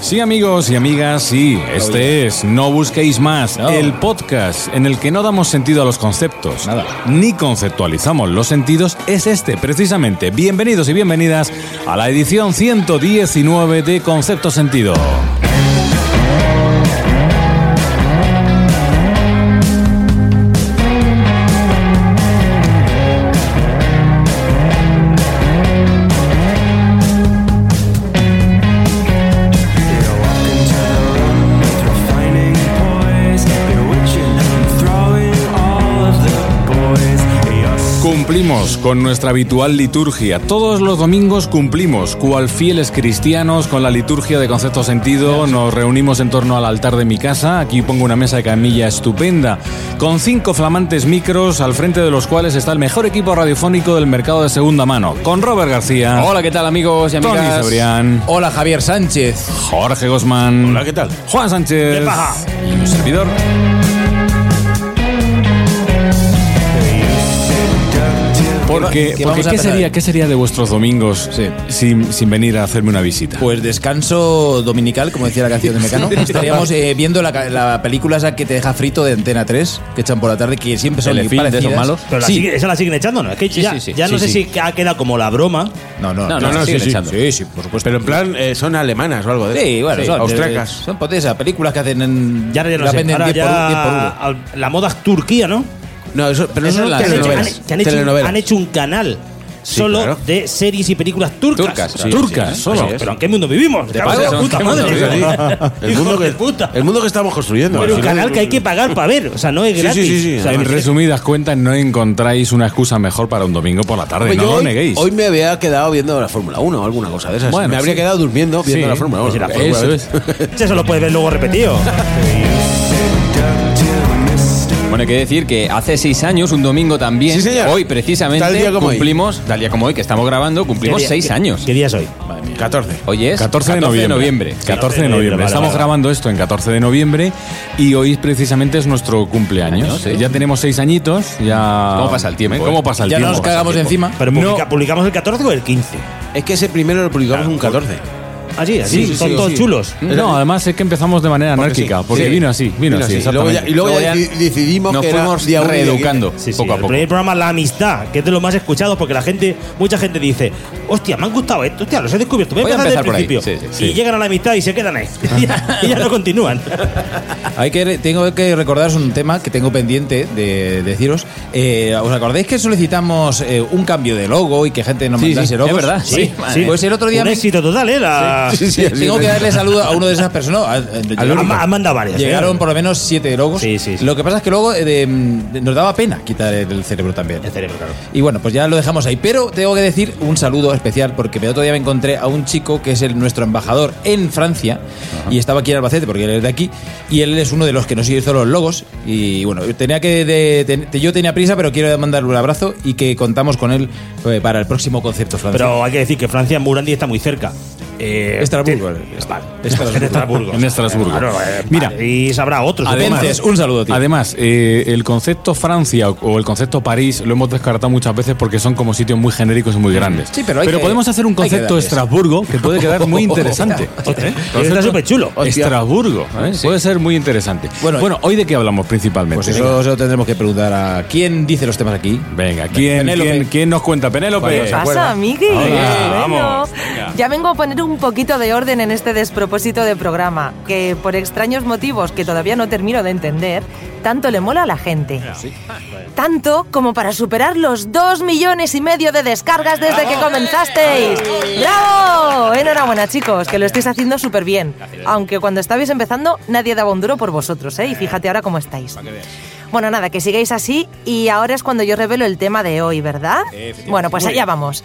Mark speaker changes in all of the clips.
Speaker 1: Sí, amigos y amigas, sí, este es No Busquéis Más,
Speaker 2: No.
Speaker 1: el podcast en el que no damos sentido a los conceptos,
Speaker 2: Nada.
Speaker 1: ni conceptualizamos los sentidos, es este, precisamente. Bienvenidos y bienvenidas a la edición 119 de Concepto Sentido.
Speaker 3: They're walking to the room with refining poise. They're witching and throwing all of the boys. You're
Speaker 1: Cumplimos con nuestra habitual liturgia. Todos los domingos cumplimos, cual fieles cristianos, con la liturgia de concepto sentido. Nos reunimos en torno al altar de mi casa. Aquí pongo una mesa de camilla estupenda, con cinco flamantes micros, al frente de los cuales está el mejor equipo radiofónico del mercado de segunda mano, con Robert García.
Speaker 2: Hola, ¿qué tal amigos y
Speaker 1: Tony
Speaker 2: amigas?
Speaker 1: Cebrián.
Speaker 2: Hola, Javier Sánchez.
Speaker 1: Jorge Gosman.
Speaker 4: Hola, ¿qué tal?
Speaker 1: Juan Sánchez.
Speaker 4: ¿Qué pasa?
Speaker 1: Y un servidor.
Speaker 3: seductive.
Speaker 1: Porque,
Speaker 2: que
Speaker 1: porque
Speaker 2: vamos a
Speaker 1: ¿qué,
Speaker 2: empezar.
Speaker 1: sería, ¿qué sería de vuestros domingos
Speaker 2: Sí.
Speaker 1: sin, sin venir a hacerme una visita?
Speaker 2: Pues descanso dominical, como decía la canción de Mecano. Estaríamos eh, viendo la, ca- la película esa que te deja frito de Antena 3, que echan por la tarde, que siempre son
Speaker 5: Telefilm, de
Speaker 2: parecidas.
Speaker 5: esos malos.
Speaker 4: Pero la
Speaker 2: sí.
Speaker 4: sigue- esa la siguen echando, ¿no? Es que ya,
Speaker 5: sí, sí.
Speaker 4: ya no
Speaker 2: Sí,
Speaker 4: sé si ha quedado como la broma.
Speaker 2: No, no,
Speaker 5: No, no, no,
Speaker 2: siguen
Speaker 5: sí, sí.
Speaker 2: echando. sí, por supuesto.
Speaker 6: Pero en plan, eh, son alemanas o algo de
Speaker 2: Sí, bueno, son,
Speaker 6: austriacas.
Speaker 2: eh, son potentes, películas que hacen en.
Speaker 4: Ya no
Speaker 2: la
Speaker 4: sé.
Speaker 2: venden
Speaker 4: Ahora
Speaker 2: 10 por
Speaker 4: ya
Speaker 2: un- 10 por uno.
Speaker 4: al- la moda es Turquía, ¿no?
Speaker 6: No, eso, pero
Speaker 2: Eso
Speaker 6: eso
Speaker 2: es
Speaker 6: son
Speaker 2: la-
Speaker 4: Que han, hecho,
Speaker 6: telenovelas.
Speaker 4: han- que han hecho un-
Speaker 6: Telenovelas.
Speaker 4: han hecho un canal solo
Speaker 6: claro.
Speaker 4: de series y películas turcas.
Speaker 5: Turcas,
Speaker 6: Sí,
Speaker 1: Turcas,
Speaker 6: sí,
Speaker 1: solo.
Speaker 6: así es.
Speaker 4: Pero ¿en qué mundo vivimos? De
Speaker 6: pago,
Speaker 4: puta
Speaker 6: ¿qué
Speaker 4: madre.
Speaker 6: mundo vivimos? El
Speaker 4: Hijos
Speaker 6: mundo que-
Speaker 4: de puta.
Speaker 6: El mundo que estamos construyendo.
Speaker 4: Pero
Speaker 6: al
Speaker 4: un
Speaker 6: final.
Speaker 4: canal que hay que pagar para ver. O sea, no es
Speaker 6: Sí,
Speaker 4: gratis.
Speaker 6: sí, sí, sí.
Speaker 4: O sea,
Speaker 1: En
Speaker 4: es-
Speaker 1: resumidas cuentas, no encontráis una excusa mejor para un domingo por la tarde.
Speaker 6: Hombre,
Speaker 1: No
Speaker 6: Pues yo
Speaker 1: lo
Speaker 6: hoy,
Speaker 1: neguéis.
Speaker 6: hoy me había quedado viendo la Fórmula 1 o alguna cosa de esas.
Speaker 1: Bueno,
Speaker 6: me habría
Speaker 1: sí.
Speaker 6: quedado durmiendo viendo
Speaker 1: Sí,
Speaker 6: la Fórmula 1.
Speaker 1: pues era
Speaker 6: Alguna
Speaker 1: Fórmula
Speaker 6: vez.
Speaker 1: uno.
Speaker 4: Eso lo puedes ver luego repetido.
Speaker 5: Bueno, hay que decir que hace seis años, un domingo también,
Speaker 6: Sí, señor.
Speaker 5: hoy precisamente
Speaker 6: Tal día como hoy.
Speaker 5: cumplimos, tal día como hoy que estamos grabando, cumplimos
Speaker 4: ¿Qué día-
Speaker 5: seis
Speaker 4: qué-
Speaker 5: años.
Speaker 4: ¿Qué día es hoy?
Speaker 6: 14.
Speaker 5: Hoy es
Speaker 1: 14 de noviembre. 14 de noviembre.
Speaker 4: Vale,
Speaker 1: Estamos
Speaker 4: vale.
Speaker 1: grabando esto en 14 de noviembre y hoy precisamente es nuestro cumpleaños.
Speaker 5: Años, sí.
Speaker 1: Ya tenemos seis añitos. Ya...
Speaker 5: ¿Cómo pasa el tiempo,
Speaker 1: ¿Eh?
Speaker 5: eh?
Speaker 1: ¿Cómo pasa el
Speaker 2: Ya no
Speaker 1: tiempo?
Speaker 2: nos cagamos encima.
Speaker 4: Pero
Speaker 1: No.
Speaker 4: publica- publicamos el 14 o el 15.
Speaker 6: Es que ese primero lo publicamos un 14.
Speaker 4: Así, así.
Speaker 6: Ah, Sí, sí,
Speaker 4: Son
Speaker 6: sí,
Speaker 4: todos
Speaker 6: sí.
Speaker 4: chulos.
Speaker 1: No, además es que empezamos de manera
Speaker 6: Porque sí,
Speaker 1: anárquica, porque
Speaker 6: sí.
Speaker 1: vino así, vino, así,
Speaker 6: Y luego ya,
Speaker 1: exactamente.
Speaker 6: y luego ya
Speaker 5: Luego ya
Speaker 6: deci- decidimos
Speaker 5: Nos
Speaker 6: que era
Speaker 5: fuimos
Speaker 6: día uno y día
Speaker 5: reeducando
Speaker 4: Sí, sí,
Speaker 5: poco a
Speaker 4: el
Speaker 5: poco.
Speaker 4: primer programa La Amistad, que es de los más escuchados, porque la gente, mucha gente dice, hostia, me han gustado esto, hostia, los he descubierto, voy a
Speaker 5: Voy a
Speaker 4: empezar, desde el
Speaker 5: empezar por
Speaker 4: principio.
Speaker 5: ahí, sí, sí,
Speaker 4: y
Speaker 5: sí.
Speaker 4: llegan a la amistad y se quedan ahí. y, ya, y ya no continúan.
Speaker 2: Hay que, tengo que recordaros un tema que tengo pendiente de, deciros. Eh, ¿Os acordáis que solicitamos eh, un cambio de logo y que gente nos
Speaker 5: Sí,
Speaker 2: mandase
Speaker 5: sí,
Speaker 2: logos?
Speaker 5: es verdad, sí.
Speaker 2: madre. Pues el otro día
Speaker 4: Un
Speaker 2: me-
Speaker 4: éxito total, ¿eh? La-
Speaker 6: Sí, sí, así
Speaker 2: tengo
Speaker 6: es.
Speaker 2: que darle saludo a uno de esas personas. A- a-
Speaker 4: Han-
Speaker 2: llegaron-
Speaker 4: Han mandado varios. ¿eh?
Speaker 2: Llegaron por lo menos siete logos.
Speaker 4: Sí, sí, sí.
Speaker 2: Lo que pasa es que luego eh, de- de- nos daba pena quitar el cerebro también.
Speaker 4: El cerebro, claro.
Speaker 2: Y bueno, pues ya lo dejamos ahí. Pero tengo que decir un saludo especial porque el otro día me encontré a un chico que es el, nuestro embajador en Francia y estaba aquí en Albacete porque él es de aquí y él es uno de los que nos hizo los logos. Y bueno, tenía que de- te- yo tenía prisa, pero quiero mandarle un abrazo y que contamos con él eh, para el próximo concepto francés.
Speaker 4: Pero hay que decir que Francia, Murandi está muy cerca. Eh,
Speaker 2: Estrasburgo,
Speaker 4: te-
Speaker 2: eh,
Speaker 4: Vale,
Speaker 2: Estrasburgo.
Speaker 4: en Estrasburgo.
Speaker 1: En Estrasburgo.
Speaker 4: Claro, eh,
Speaker 1: Mira.
Speaker 4: París habrá otros.
Speaker 1: Además-
Speaker 2: Vences, un saludo, tío.
Speaker 1: Además, eh, el concepto Francia o- o el concepto París lo hemos descartado muchas veces porque son como sitios muy genéricos y muy grandes.
Speaker 2: Sí, pero hay que-
Speaker 1: podemos hacer
Speaker 2: hay
Speaker 1: un
Speaker 2: que
Speaker 1: concepto
Speaker 2: darles.
Speaker 1: Estrasburgo que puede quedar muy interesante.
Speaker 4: ¿eh? Está súper chulo.
Speaker 1: Estrasburgo, ¿eh? puede ser muy interesante.
Speaker 2: Bueno,
Speaker 1: Bueno, hoy de qué hablamos principalmente.
Speaker 2: Pues eso se lo tendremos que preguntar a quién dice los temas aquí.
Speaker 1: Venga, ¿quién,
Speaker 2: Penélope.
Speaker 1: quién, quién nos cuenta? Penélope.
Speaker 2: Vale, o sea,
Speaker 7: pasa, Miguel?
Speaker 1: Hola,
Speaker 7: Bueno,
Speaker 1: vamos, venga.
Speaker 7: Ya vengo a poner un un poquito de orden en este despropósito de programa, que por extraños motivos que todavía no termino de entender, tanto le mola a la gente. Tanto como para superar los dos millones y medio de descargas desde que comenzasteis. ¡Bravo! Enhorabuena, chicos, que lo estáis haciendo súper bien. Aunque cuando estabais empezando, nadie daba un duro por vosotros, ¿eh? Y fíjate ahora cómo estáis. Bueno, nada, que sigáis así y ahora es cuando yo revelo el tema de hoy, ¿verdad? Bueno, pues allá vamos.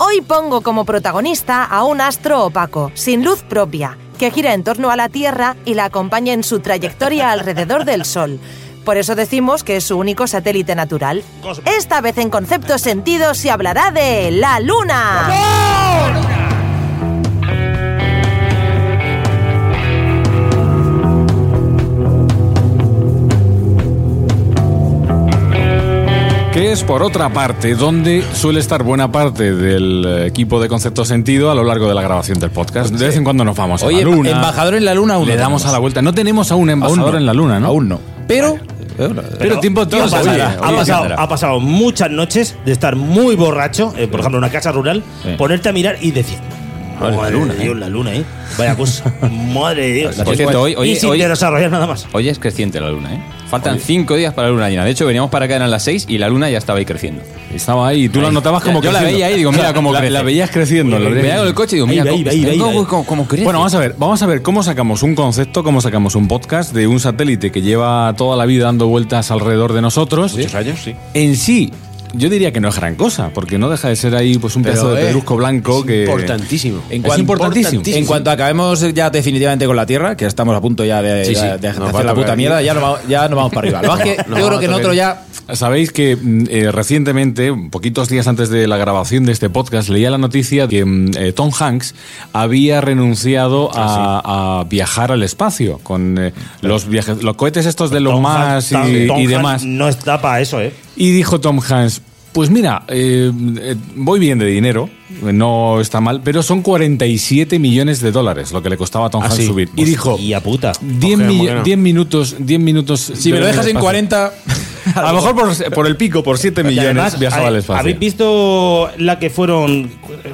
Speaker 7: Hoy pongo como protagonista a un astro opaco, sin luz propia, que gira en torno a la Tierra y la acompaña en su trayectoria alrededor del Sol. Por eso decimos que es su único satélite natural. Esta vez en concepto sentido se hablará de la Luna.
Speaker 1: que es por otra parte donde suele estar buena parte del eh, equipo de Concepto Sentido a lo largo de la grabación del podcast. De vez en cuando nos vamos a
Speaker 2: Oye,
Speaker 1: la luna.
Speaker 2: embajador en la luna aún
Speaker 1: Le
Speaker 2: no
Speaker 1: damos
Speaker 2: tenemos.
Speaker 1: a la vuelta. No tenemos aún embajador
Speaker 2: no.
Speaker 1: en la luna, ¿no?
Speaker 2: Aún no. Pero. eh,
Speaker 1: Pero tiempo, tío,
Speaker 4: ha pasado,
Speaker 1: oye,
Speaker 4: ha
Speaker 1: oye,
Speaker 4: pasado-
Speaker 1: ¿qué andará?
Speaker 4: ha pasado muchas noches de estar muy borracho, eh, por ejemplo, en una casa rural,
Speaker 2: Sí.
Speaker 4: ponerte a mirar y decir.
Speaker 2: Madre
Speaker 4: Madre
Speaker 2: luna,
Speaker 4: de Dios, la luna, ¿eh? Vaya cosa. Madre de Dios. Pues,
Speaker 5: Por cierto, hoy- hoy-
Speaker 4: y sin
Speaker 5: hoy-
Speaker 4: desarrollar nada más.
Speaker 5: Hoy es creciente la luna, ¿eh? Faltan cinco días para la luna llena. De hecho, veníamos para acá eran las seis y la luna ya estaba ahí creciendo.
Speaker 1: Estaba ahí y tú la notabas como
Speaker 5: Yo la
Speaker 1: creciendo.
Speaker 5: veía ahí y digo, mira cómo
Speaker 1: la,
Speaker 5: crece.
Speaker 1: la veías creciendo. la
Speaker 5: Me
Speaker 1: veías-
Speaker 5: hago el coche y digo,
Speaker 4: Ahí
Speaker 5: mira,
Speaker 4: va, ahí va, ahí va, ahí
Speaker 5: cómo-
Speaker 4: va.
Speaker 5: cómo- cómo crece.
Speaker 1: Bueno, vamos a ver, vamos a ver cómo sacamos un concepto, cómo sacamos un podcast de un satélite que lleva toda la vida dando vueltas alrededor de nosotros.
Speaker 6: Muchos años, sí.
Speaker 1: En sí, yo diría que no es gran cosa, porque no deja de ser ahí pues un
Speaker 6: Pero,
Speaker 1: pedazo de
Speaker 6: eh,
Speaker 1: pedrusco blanco
Speaker 6: es
Speaker 1: que
Speaker 6: importantísimo.
Speaker 1: Es
Speaker 2: En cuanto,
Speaker 1: importantísimo.
Speaker 2: En cuanto acabemos ya definitivamente con la Tierra, que estamos a punto ya de,
Speaker 6: Sí, sí.
Speaker 2: de- de
Speaker 6: Nos va a
Speaker 2: hacer la
Speaker 6: tocar
Speaker 2: puta
Speaker 6: aquí.
Speaker 2: mierda, ya no vamos, ya nos vamos para arriba. Lo más que
Speaker 6: No,
Speaker 2: yo creo
Speaker 6: no
Speaker 2: que
Speaker 6: toques.
Speaker 2: nosotros ya.
Speaker 1: Sabéis que mm, eh, recientemente, poquitos días antes de la grabación de este podcast, leía la noticia de que mm, eh, Tom Hanks había renunciado a, a viajar al espacio con eh, los viajes, los cohetes estos de los
Speaker 4: Tom
Speaker 1: más
Speaker 4: Hanks- Tom-
Speaker 1: y,
Speaker 4: Tom
Speaker 1: y
Speaker 4: Hanks
Speaker 1: demás.
Speaker 4: No está para eso, ¿eh?
Speaker 1: Y dijo Tom Hanks, pues mira, eh, eh, voy bien de dinero, no está mal, pero son 47 millones de dólares lo que le costaba a Tom
Speaker 4: Ah,
Speaker 1: Hanks
Speaker 6: sí.
Speaker 1: subir.
Speaker 4: Pues
Speaker 1: Y dijo,
Speaker 4: Y a puta.
Speaker 1: 10,
Speaker 6: Coger,
Speaker 1: mi-
Speaker 6: bueno.
Speaker 1: 10 minutos, 10 minutos...
Speaker 2: Si me lo dejas en
Speaker 1: espacio".
Speaker 2: 40.
Speaker 1: A lo mejor por, por el pico, por 7
Speaker 4: Y
Speaker 1: millones,
Speaker 4: además,
Speaker 1: viajaba
Speaker 4: hay-
Speaker 1: al espacio.
Speaker 4: ¿Habéis visto la que fueron.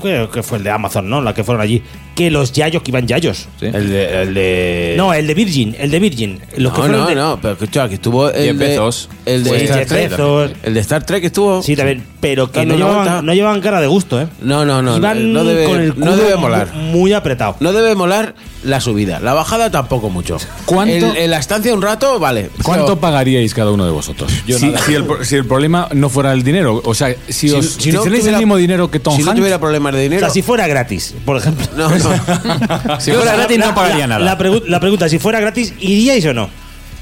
Speaker 4: Creo que fue el de Amazon, ¿no? La que fueron allí. Que los yayos que iban yayos. Eh,
Speaker 6: El de. El de...
Speaker 4: No, el de Virgin. El de Virgin. Los que
Speaker 6: no,
Speaker 4: fueron
Speaker 6: no,
Speaker 4: de-
Speaker 6: no, pero escucha, que estuvo el
Speaker 5: Jeff
Speaker 6: de,
Speaker 5: Bezos.
Speaker 6: el de
Speaker 4: Sí,
Speaker 6: Star
Speaker 4: Jeff
Speaker 6: Trek.
Speaker 4: Bezos.
Speaker 6: El de Star Trek estuvo.
Speaker 4: Sí, también. Pero que
Speaker 6: Dando
Speaker 4: no
Speaker 6: la vuelta.
Speaker 4: llevaban, no llevaban cara de gusto, ¿eh?
Speaker 6: No, no, no.
Speaker 4: Iban
Speaker 6: no debe,
Speaker 4: con el culo
Speaker 6: no debe molar.
Speaker 4: mu- muy apretado.
Speaker 6: No debe molar la subida. La bajada tampoco mucho.
Speaker 1: ¿Cuánto?
Speaker 6: El- en la estancia un rato, vale.
Speaker 1: ¿Cuánto
Speaker 6: Pero
Speaker 1: pagaríais cada uno de vosotros?
Speaker 6: Yo
Speaker 1: si,
Speaker 6: nada.
Speaker 1: si el, pro- si el problema no fuera el dinero, o sea, si, os, si tenéis
Speaker 6: tuviera-
Speaker 1: el mismo dinero que Tom
Speaker 6: Si no
Speaker 1: Hanks,
Speaker 6: tuviera problemas de
Speaker 4: O
Speaker 6: dinero.
Speaker 4: sea, si fuera gratis, por ejemplo.
Speaker 6: No, no.
Speaker 5: Si
Speaker 4: O
Speaker 5: fuera
Speaker 4: sea,
Speaker 5: gratis
Speaker 4: la-
Speaker 5: no pagaría
Speaker 4: la-
Speaker 5: nada.
Speaker 4: La, pregu- la pregunta, si fuera gratis, ¿iríais o no?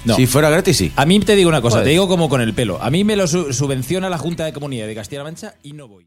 Speaker 2: No.
Speaker 6: Si fuera gratis, sí.
Speaker 2: A mí te digo una cosa, te digo como con el pelo. A mí me lo su- subvenciona la Junta de Comunidad de Castilla-La Mancha y no voy.